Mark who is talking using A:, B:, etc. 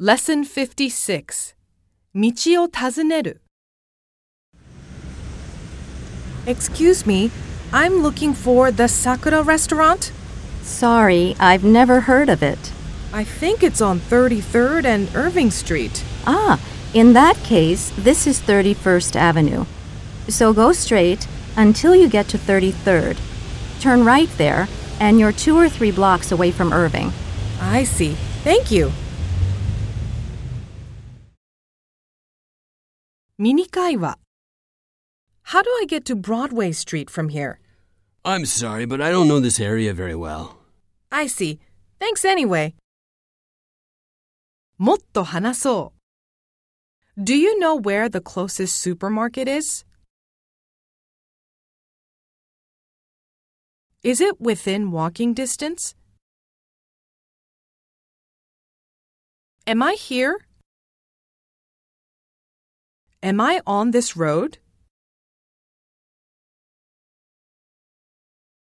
A: Lesson 56道を尋ねる Excuse me, I'm looking for the Sakura restaurant.
B: Sorry, I've never heard of it.
A: I think it's on 33rd and Irving Street.
B: Ah, in that case, this is 31st Avenue. So go straight until you get to 33rd. Turn right there, and you're two or three blocks away from Irving.
A: I see. Thank you. ミニ会話 How do I get to Broadway Street from here?
C: I'm sorry, but I don't know this area very well.
A: I see. Thanks anyway. もっと話そう Do you know where the closest supermarket is? Is it within walking distance? Am I here? Am I on this road?